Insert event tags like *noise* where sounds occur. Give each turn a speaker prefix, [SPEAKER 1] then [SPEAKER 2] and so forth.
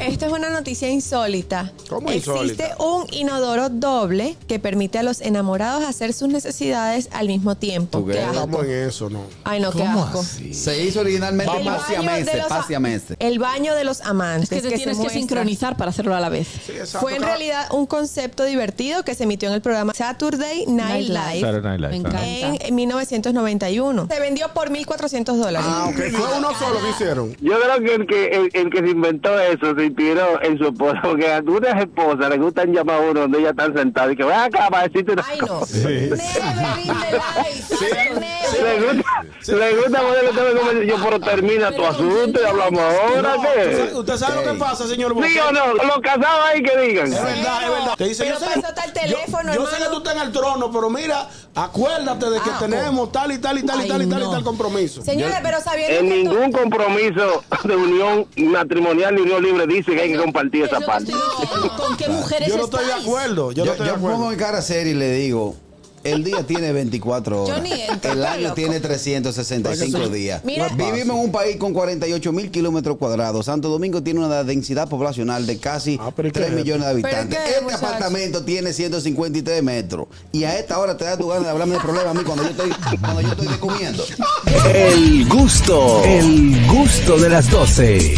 [SPEAKER 1] Esta es una noticia insólita.
[SPEAKER 2] ¿Cómo
[SPEAKER 1] Existe
[SPEAKER 2] insólita?
[SPEAKER 1] un inodoro doble que permite a los enamorados hacer sus necesidades al mismo tiempo.
[SPEAKER 3] ¿Tú
[SPEAKER 1] Qué
[SPEAKER 3] crees?
[SPEAKER 1] asco.
[SPEAKER 2] Estamos en eso, ¿no?
[SPEAKER 1] Ay, no, qué
[SPEAKER 3] ¿Cómo
[SPEAKER 1] asco.
[SPEAKER 3] así?
[SPEAKER 4] Se hizo originalmente
[SPEAKER 1] El
[SPEAKER 4] pase a
[SPEAKER 1] baño de
[SPEAKER 4] meses,
[SPEAKER 1] los
[SPEAKER 4] pase
[SPEAKER 1] *laughs*
[SPEAKER 4] a meses.
[SPEAKER 1] El baño de los amantes.
[SPEAKER 5] Es que te
[SPEAKER 1] se
[SPEAKER 5] tienes que
[SPEAKER 1] muestra.
[SPEAKER 5] sincronizar para hacerlo a la vez.
[SPEAKER 2] Sí, exacto.
[SPEAKER 1] Fue en
[SPEAKER 2] Cada-
[SPEAKER 1] realidad un concepto divertido que se emitió en el programa Saturday Night
[SPEAKER 5] Night Live.
[SPEAKER 1] Live
[SPEAKER 3] Saturday Night Live,
[SPEAKER 5] Me
[SPEAKER 3] claro.
[SPEAKER 5] encanta.
[SPEAKER 1] en 1991. Se vendió por 1.400 dólares.
[SPEAKER 2] Ah, ok. Fue uno solo que hicieron.
[SPEAKER 6] Yo creo que el que el, el que se inventó eso se inspiró en su esposa, porque a algunas esposas les gustan llamar a uno donde ellas están sentadas y que va acá para decirte una
[SPEAKER 1] Ay,
[SPEAKER 6] cosa".
[SPEAKER 1] no. Never in the life. Never.
[SPEAKER 6] Le gusta, le gusta ponerle todo como yo, pero termina tu asunto y hablamos ahora,
[SPEAKER 7] No, ¿Usted sabe,
[SPEAKER 6] ¿qué?
[SPEAKER 7] usted sabe lo que pasa, señor Boquete?
[SPEAKER 6] ¿Sí o no? Los casados ahí que digan.
[SPEAKER 7] Es verdad, es verdad. Te dice,
[SPEAKER 1] Pero
[SPEAKER 7] yo sé,
[SPEAKER 1] pasó tal
[SPEAKER 7] yo-
[SPEAKER 1] teléfono,
[SPEAKER 7] yo sé que
[SPEAKER 1] hermano.
[SPEAKER 7] tú estás en el trono, pero mira, acuérdate de que
[SPEAKER 1] Ah,
[SPEAKER 7] tenemos tal y tal y tal y
[SPEAKER 5] Ay,
[SPEAKER 7] tal y tal y
[SPEAKER 5] no.
[SPEAKER 7] tal compromiso.
[SPEAKER 1] Señores, pero sabiendo
[SPEAKER 6] En
[SPEAKER 1] que to-
[SPEAKER 6] ningún compromiso de unión matrimonial ni unión libre dice que hay que compartir esa
[SPEAKER 5] Es lo que
[SPEAKER 6] parte.
[SPEAKER 5] estoy
[SPEAKER 1] *laughs*
[SPEAKER 5] diciendo. ¿Con qué mujeres
[SPEAKER 7] Yo no estoy de
[SPEAKER 5] estáis?
[SPEAKER 7] acuerdo, yo,
[SPEAKER 4] Yo,
[SPEAKER 7] no estoy
[SPEAKER 4] yo
[SPEAKER 7] de
[SPEAKER 4] pongo
[SPEAKER 7] acuerdo.
[SPEAKER 4] mi cara seria y le digo, el día tiene 24 horas,
[SPEAKER 1] Johnny, ¿estás
[SPEAKER 4] el año
[SPEAKER 1] loco?
[SPEAKER 4] tiene 365 días.
[SPEAKER 1] Mira-
[SPEAKER 4] Vivimos en un país con 48 mil kilómetros cuadrados. Santo Domingo tiene una densidad poblacional de casi
[SPEAKER 7] Ah, pero ¿y qué
[SPEAKER 4] 3
[SPEAKER 7] es?
[SPEAKER 4] millones de
[SPEAKER 1] ¿Pero y qué
[SPEAKER 4] habitantes.
[SPEAKER 1] es,
[SPEAKER 4] Este
[SPEAKER 1] muchacho?
[SPEAKER 4] apartamento tiene 153 metros. Y a esta hora te da tu ganas de hablarme de problemas a mí cuando yo estoy, cuando yo estoy comiendo.
[SPEAKER 8] El gusto, el gusto de las 12.